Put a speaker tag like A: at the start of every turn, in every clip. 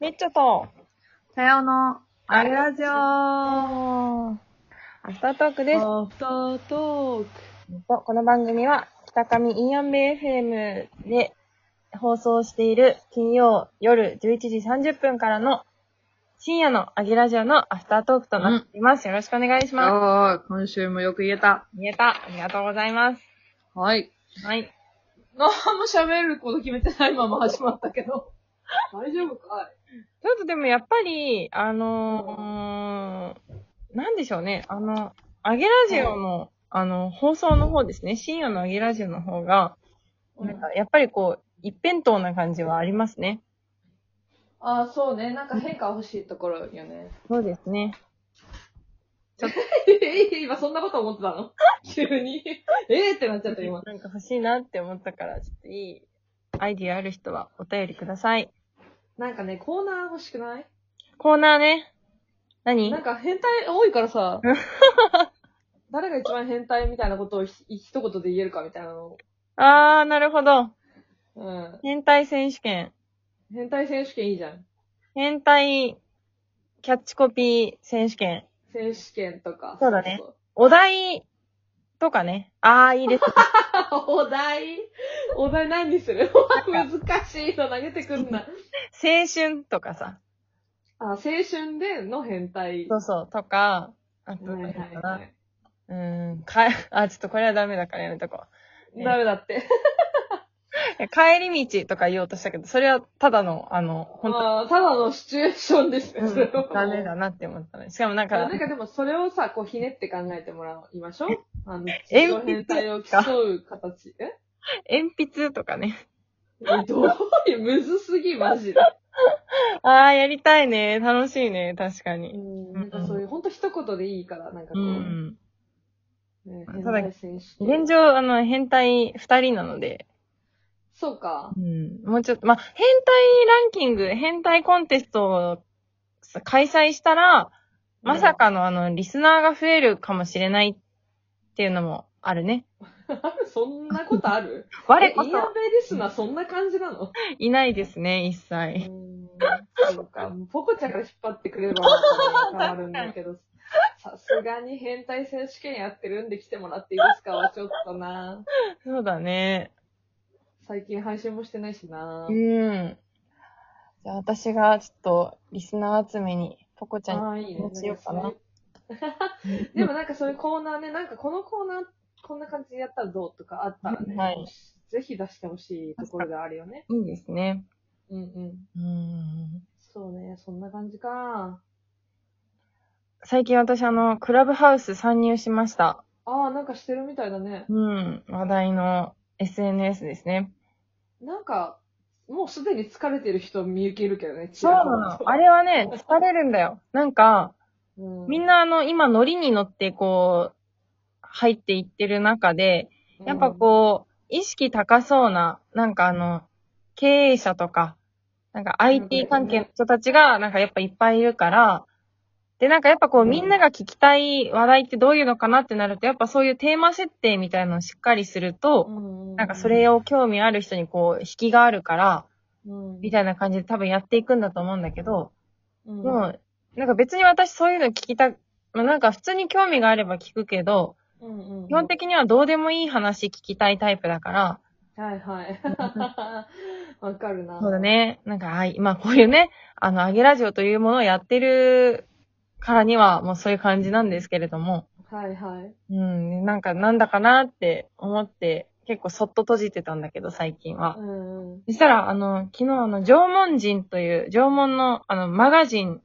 A: みっちょと、
B: さようの、あれラジオ
A: アフタートークです。
B: アフタートーク。
A: この番組は、北上インアンベ FM で放送している金曜夜11時30分からの深夜のアゲラジオのアフタートークとなっています。よろしくお願いし
B: お
A: ま
B: ー、今週もよく言えた。
A: す。見えた。ありがとうございます。
B: はい。
A: はい。
B: 何も喋ること決めてないまま始まったけど。大丈夫か
A: ちょっとでもやっぱり、あのー、なんでしょうね。あの、アゲラジオの、あの、放送の方ですね。深夜のアゲラジオの方が、
B: い
A: なんか、やっぱりこう、一辺倒な感じはありますね。
B: あー、そうね。なんか変化欲しいところよね。
A: そうですね。
B: 今そんなこと思ってたの急に。 えーってなっちゃった今。
A: なんか欲しいなって思ったから、ちょっといいアイディアある人はお便りください。
B: なんかね、コーナー欲しくない
A: コーナーね。何
B: なんか変態多いから さ。誰が一番変態みたいなことをひ一言で言えるかみたいなのを。
A: あー、なるほど。
B: うん。
A: 変態選手権。
B: 変態選手権いいじゃん。
A: 変態キャッチコピー選手権。
B: 選手権とか。
A: そうだね。お題とかね。あー、いい です。
B: お題お題何にする 難しいの投げてくんな。
A: 青春とかさ。
B: あ、青春での変態。
A: そうそう、とか。あと、
B: はいはいはいう
A: ーん、か、あ、ちょっとこれはダメだからやめとこう。ね
B: ダメだって。
A: いや帰り道とか言おうとしたけど、それはただの、あの、本当
B: まあ、ただのシチュエーションですね、
A: に、
B: それはもう
A: ダメだなって思ったね。しかもなんか、
B: なんかでもそれをさ、こうひねって考えてもらいましょう。あの、
A: 鉛筆
B: 自己変態を競う形。え
A: 鉛筆とかね。
B: えどう いう、むずすぎ、マジで。
A: あー、やりたいね。楽しいね。確か
B: う
A: に。
B: ん、なんかそういう、ほんと一言でいいから、なんかこ
A: う
B: う、
A: ん。
B: ね、
A: た
B: 変
A: だ
B: 態選手権。
A: 現状、あの、変態二人なので、
B: そうか。
A: うん。もうちょっと、まあ、変態ランキング、変態コンテストをさ開催したら、まさかの、あの、リスナーが増えるかもしれないっていうのもあるね。
B: そんなことある
A: 我こ
B: えインアン
A: そ
B: ベリスナーそんな感じなの
A: いないですね、一
B: う
A: 切。
B: ん、そう か。もうポコちゃんから引っ張ってくれれば変わるんだけど、さすがに変態選手権やってるんで来てもらっていいですかはちょっとな。
A: そうだね。
B: 最近配信もしてないしな
A: う。ん。じゃあ私がちょっとリスナー集めに、ポコちゃん
B: ああ、いいね。
A: どうしようかな
B: なんかそうい
A: に。
B: うでもなんかそういうコーナーね、なんかこのコーナー、こんな感じでやったらどうとかあったらね、
A: はい
B: ぜひ出してほしいところではあるよね。
A: いいですね。
B: うんうん。
A: うん。
B: そうね、そんな感じか。
A: 最近私あの、クラブハウス参入しました。
B: ああ、なんかしてるみたいだね。
A: うん。話題の SNS ですね。
B: なんか、もうすでに疲れてる人見受けるけどね、
A: そうなの。 あれはね、
B: そう
A: 疲れるんだよ。なんか、み
B: み
A: ん、なあの、今ノリに乗ってこう、入っていってる中で、やっぱこう、意識高そうな、なんかあの、経営者とか、なんか IT 関係の人たちが、なんかやっぱいっぱいいるから、で、なんかやっぱこう、
B: うん
A: みんなが聞きたい話題ってどういうのかなってなると、やっぱそういうテーマ設定みたいのをしっかりする
B: う
A: と、
B: ん、
A: なんかそれ
B: を、
A: を興味ある人にこう、引きがあるから、
B: うん、
A: みたいな感じで多分やっていくんだと思うんだけど、
B: うん、
A: もう、なんか別に私そういうの聞きた、まあなんか普通に興味があれば聞くけど、
B: うんうんうん、
A: 基本的にはどうでもいい話聞きたいタイプだから、
B: は いはい。わかるな。
A: そうだ。ね。なんか、はい。まあ、こういうね、あの、あげラジオというものをやってるからには、もうそういう感じなんですけれども、
B: はいはい。
A: うん、なんか、なんだかなって思って、結構そっと閉じてたんだけど、最近は
B: う。んうん。
A: そしたら、あの、昨日、あの、縄文人という、縄文の、あの、マガジン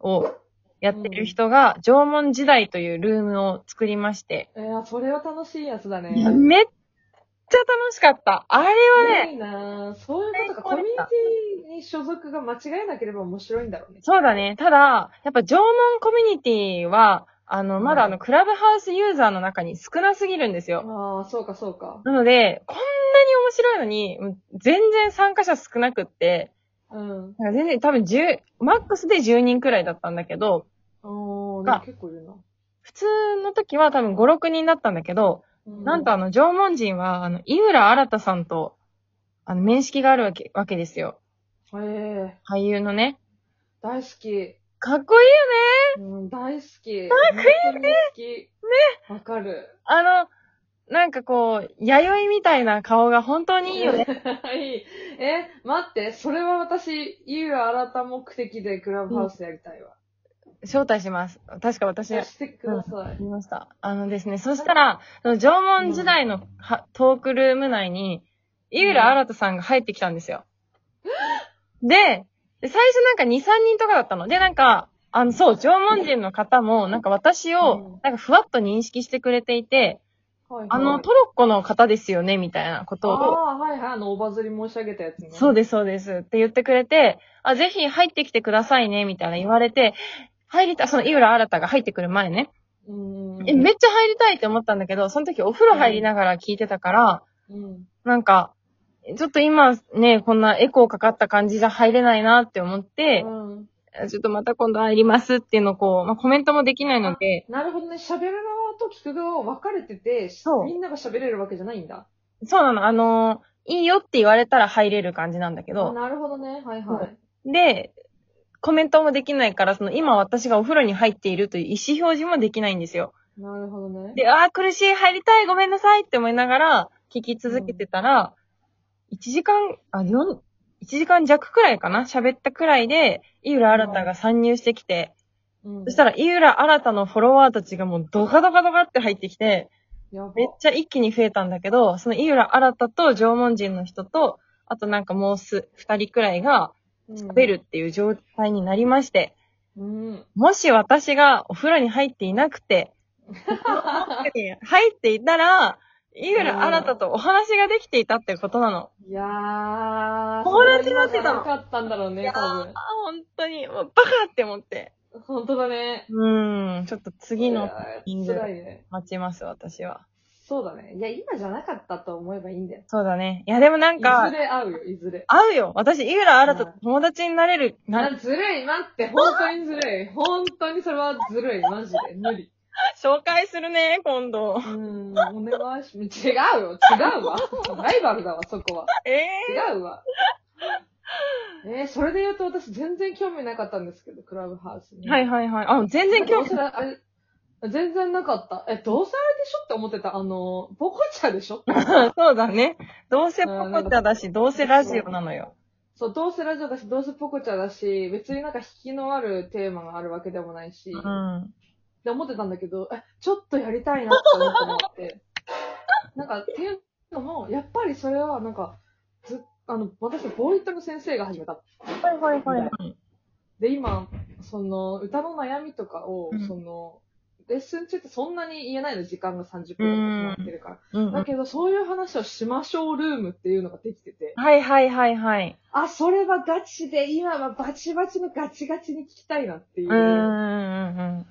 A: をやってる人が、縄文時代というルームを作りまして、
B: いや、それは楽しいやつだね。
A: めっちゃ楽しかった。あれはね、
B: いいなそういうことか。コ
A: 最
B: ミュ
A: 高でし
B: ニ
A: た
B: ティに所属が間違えなければ面白いんだろうね。
A: そうだね。ただ、やっぱ縄文コミュニティは、あの、まだあの、クラブハウスユーザーの中に少なすぎるんですよ。
B: ああ、そうかそうか。
A: なので、こんなに面白いのに、うん全然参加者少なくって、
B: うん。
A: なんか全然多分10、マックスで10人くらいだったんだけど、
B: おー、でも
A: あ
B: 結構いるな。
A: 普通の時は多分5、6人だったんだけど、なんとあの、縄文人は、あの、井浦新さんと、あの、面識があるわけ、わけですよ。
B: え
A: 俳優のね。
B: 大好き。
A: かっこいいよね
B: うん、大好き。大好き。ね。わかる。
A: あの、なんかこう、弥生みたいな顔が本当にいいよね。
B: いい。え、待って、それは私、ゆう新た目的でクラブハウスやりたいわ。
A: 招待します。確か私、や
B: してください。
A: りました。あのですね、そしたら、その縄文時代のはトークルーム内に、井浦新さんが入ってきたんですよ。で、で最初なんか2、3人とかだったの。で、なんか、あの、そう、縄文人の方も、なんか私
B: うん
A: を、なんかふわっと認識してくれていて、
B: はいはい
A: あの、トロッコの方ですよね、みたいなことを。
B: ああ、はいはい、あの、おばずり申し上げたやつね。
A: そう
B: で
A: です、そうです。って言ってくれて、あ、ぜひ入ってきてくださいね、みたいな言われて、入りた、その井浦新が入ってくる前ね。
B: す。うんうん。
A: え、めっちゃ入りたいって思ったんだけど、その時お風呂入りながら聞いてたから、
B: うん。
A: なんか、ちょっと今ね、こんなエコーかかった感じじゃ入れないなって思って、
B: うん。
A: ちょっとまた今度入りますっていうのをこう、まあ、コメントもできないので、
B: なるほどね、喋る側と聞く側は分かれてて、
A: そう
B: みんなが喋れるわけじゃないんだ。
A: そうなの、あのーいいよって言われたら入れる感じなんだけ
B: あ
A: ど、
B: なるほどね、はい
A: そ
B: はい。
A: で、コメントもできないから、その今私がお風呂に入っているという意思表示もできないんですよ。
B: なるほどね。
A: で、ああ、苦しい、入りたい、ごめんなさいって思いながら、聞き続けてたら、1時間、あ、4、1時間弱くらいかな喋ったくらいで、井浦新が参入してきて、
B: うん
A: そしたら井浦新のフォロワーたちがもうドカドカドカって入ってきて、
B: やば。
A: めっちゃ一気に増えたんだけど、その井浦新と縄文人の人と、あとなんかもうす、二人くらいが喋るっていう状態になりまして、
B: うん。うん。
A: もし私がお風呂に入っていなくて、 入っていたら、井浦新とお話ができていたってことなの。
B: いやー。
A: 友達になってたの
B: よかったんだろうね、多分
A: あ。本当に、もうバカって思って。
B: 本当だね。
A: うーん、ちょっと次
B: い
A: の
B: や
A: リン
B: ー
A: グ
B: 辛いね。
A: 待ちます、私は。
B: そうだね。いや、今じゃなかったと思えばいいんだよ。
A: そうだね。いや、でもなん
B: い
A: か
B: ず、れ会うよ、いずれ。
A: 合うよ。私、井浦新と友達になれる、な
B: な、ずるい、待って、本当にず るい。本当にそれはずるい、マジで。無理。
A: 紹介するね、今度
B: う。ーん、お願いし、違うよ、違うわ。ライバルだわ、そこは。
A: ええ
B: 違うわ。えー、それで言うと私全然興味なかったんですけど、クラブハウス に。
A: はいはいはい。あ、全然興味
B: だっておそらくあれ全然なかった。え、どうせあれでしょって思ってた。あの、ポコチャでしょ
A: そうだね。どうせポコチャだし、どうせラジオなのよ。
B: そう、どうせラジオだし、どうせポコチャだし、別になんか引きのあるテーマがあるわけでもないし、
A: う
B: っ
A: ん。
B: て思ってたんだけど、え、ちょっとやりたいなって思ってもらって。なんか、っていうのも、やっぱりそれはなんか、ずあの、私、ボーイットの先生が始めた。
A: はいはいはい。
B: で、今、その、歌の悩みとかを、
A: うん
B: その、レッスン中ってそんなに言えないの、時間が30分とか決まってるから。
A: うんう
B: だ
A: ん
B: けど、そういう話をしましょうルームっていうのができてて、
A: はいはいはいはい。
B: あ、それはガチで、今はバチバチのガチガチに聞きたいなっていうう。
A: んうんうんうん。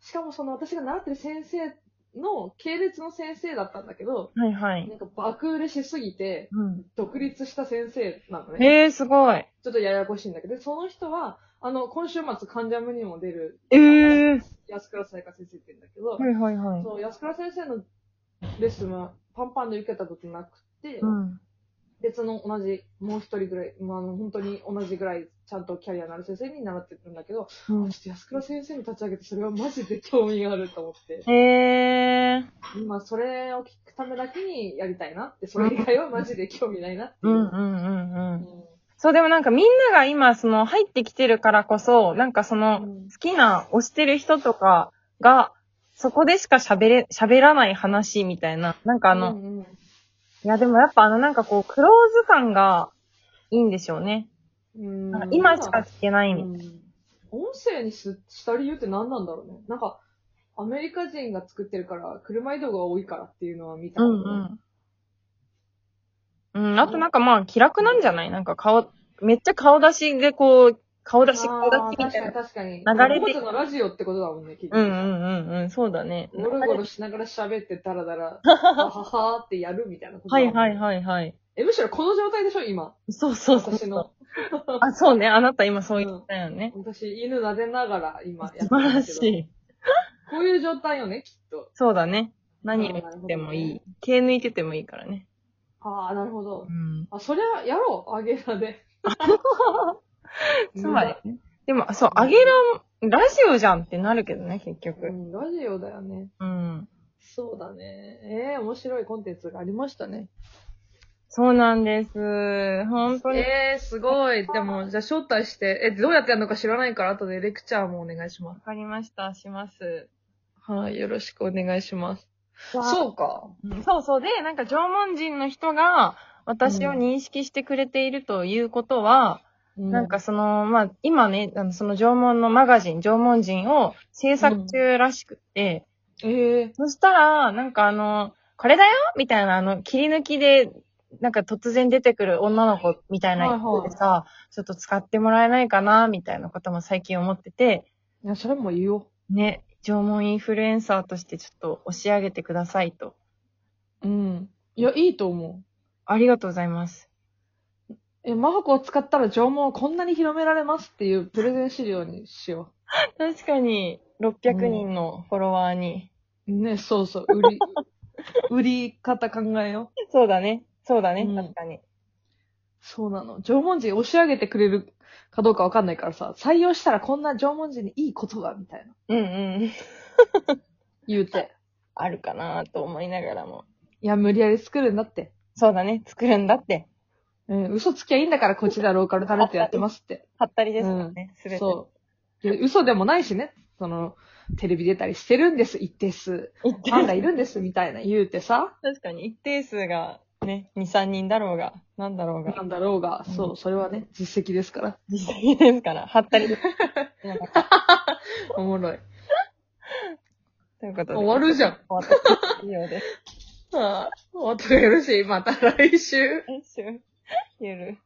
B: しかもその、私が習ってる先生の、系列の先生だったんだけど、
A: はいはい。
B: なんか爆売れしすぎて、
A: うん、
B: 独立した先生なのね。
A: えー、すごい。
B: ちょっとややこしいんだけど、その人は、あの、今週末、関ジャムにも出る、
A: えー、
B: 安倉彩香先生って言うんだけど、
A: はいはいはい。
B: そう、安倉先生のレッスンはパンパンで受けたことなくて、
A: ん。
B: 別の同じ、もう一人ぐらい、まあ、あの、本当に同じぐらい、ちゃんとキャリアのある先生に習ってるんだけど、ちょっと安倉先生に立ち上げて、それはマジで興味があると思って、
A: えー、
B: 今それを聞くためだけにやりたいなって、それ以外はマジで興味ないなって
A: う
B: い
A: んうん
B: う。
A: うんう。
B: うんん
A: そう、でもなんかみんなが今、その、入ってきてるからこそ、なんかその、
B: うん
A: 好きな、推してる人とかが、そこでしか喋れ、喋らない話みたいな。なんかあの、
B: うんうん
A: いやでもやっぱあのなんかこう、クローズ感がいいんでしょうね。
B: うん
A: なんか今しか聞けないみたいな。
B: うん音声にすした理由って何なんだろうね。なんか、アメリカ人が作ってるから、車移動が多いからっていうのは見た。
A: うんうん。うん、あとなんかまあ気楽なんじゃないなんか顔、めっちゃ顔出しでこう、顔出し、
B: あ
A: 顔
B: ー
A: 出しみ
B: 確
A: たい
B: かに
A: な。
B: 確かに。
A: 流れて
B: ポコチャのラジオってことだもんね、結
A: うんうんうんうん、そうだね。
B: ゴロゴロしながら喋ってダラ ダラ、はははーってやるみたいなことだ
A: は
B: も
A: い
B: んね
A: はいはいはい。
B: え、むしろこの状態でしょ、今。
A: そうそうそう。
B: 私の。
A: あ、そうね。あなた今そう言ったよね。
B: 私、犬撫でながら今やって
A: 素
B: る
A: 晴
B: んだ
A: ら
B: けど
A: し。い。
B: こういう状態よね、きっと。
A: そうだね。何を言ってもいい。毛抜いててもいいからね。
B: ああ、なるほど
A: う。ん。
B: あ、そりゃ、やろう、アゲラで。
A: つまり。でも、そう、あげる、ラジオじゃんってなるけどね、結
B: う
A: 局。
B: ん、ラジオだよね。
A: うん。
B: そうだね。ええ面白いコンテンツがありましたね。
A: そうなんです。本当に。
B: ええすごい。でも、じゃあ招待して、え、どうやってやるのか知らないから、後でレクチャーもお願いしま
A: わかりました、します。
B: す。はい、よろしくお願いします。
A: う
B: そうか。
A: ん。そうそう。で、なんか縄文人の人が、私を
B: うん
A: 認識してくれているということは、なんか、その、まあ、今ね、あのその縄文のマガジン、縄文人を制作中らしくって、
B: ええ
A: そしたら、なんかあの、これだよみたいな、あの、切り抜きで、なんか突然出てくる女の子みたいな人でさ、ちょっと使ってもらえないかな、みたいなことも最近思ってて、
B: いや、それも言おう。
A: ね、縄文インフルエンサーとしてちょっと押し上げてくださいと。
B: うん。いや、いいと思う。
A: ありがとうございます。
B: え、マホコを使ったら縄文をこんなに広められますっていうプレゼン資料にしよ
A: 確かに、600人のフォロワーに。
B: う。ね、そうそう、売り、 売り方考えよう。
A: そうだね。そうだね。
B: うん
A: 確かに。
B: そうなの。縄文人押し上げてくれるかどうかわかんないからさ、採用したらこんな縄文人にいいことが、みたいな。
A: うんうん。
B: 言うて。
A: あるかなと思いながらも。
B: いや、無理やり作るんだって。
A: そうだね。作るんだって。
B: うん、嘘つきゃいいんだから、こっちではローカルタレントやってます って。
A: はったりですもんね。すべ、て。
B: そう。で嘘でもないしね。その、テレビ出たりしてるんです、一定数。
A: 一定
B: ファンがいるんです、みたいな言うてさ。
A: 確かに一定数がね、2、3人だろうが、なんだろう
B: な
A: が、
B: んだろうが、
A: うん
B: そう、それはね、実績ですから。
A: 実際ですから、はったり です。
B: おもろい。
A: ということで。
B: 終わるじゃん。
A: 終わった。以上です。
B: ああ、終わってよろしい。また来週。
A: 来週、夜。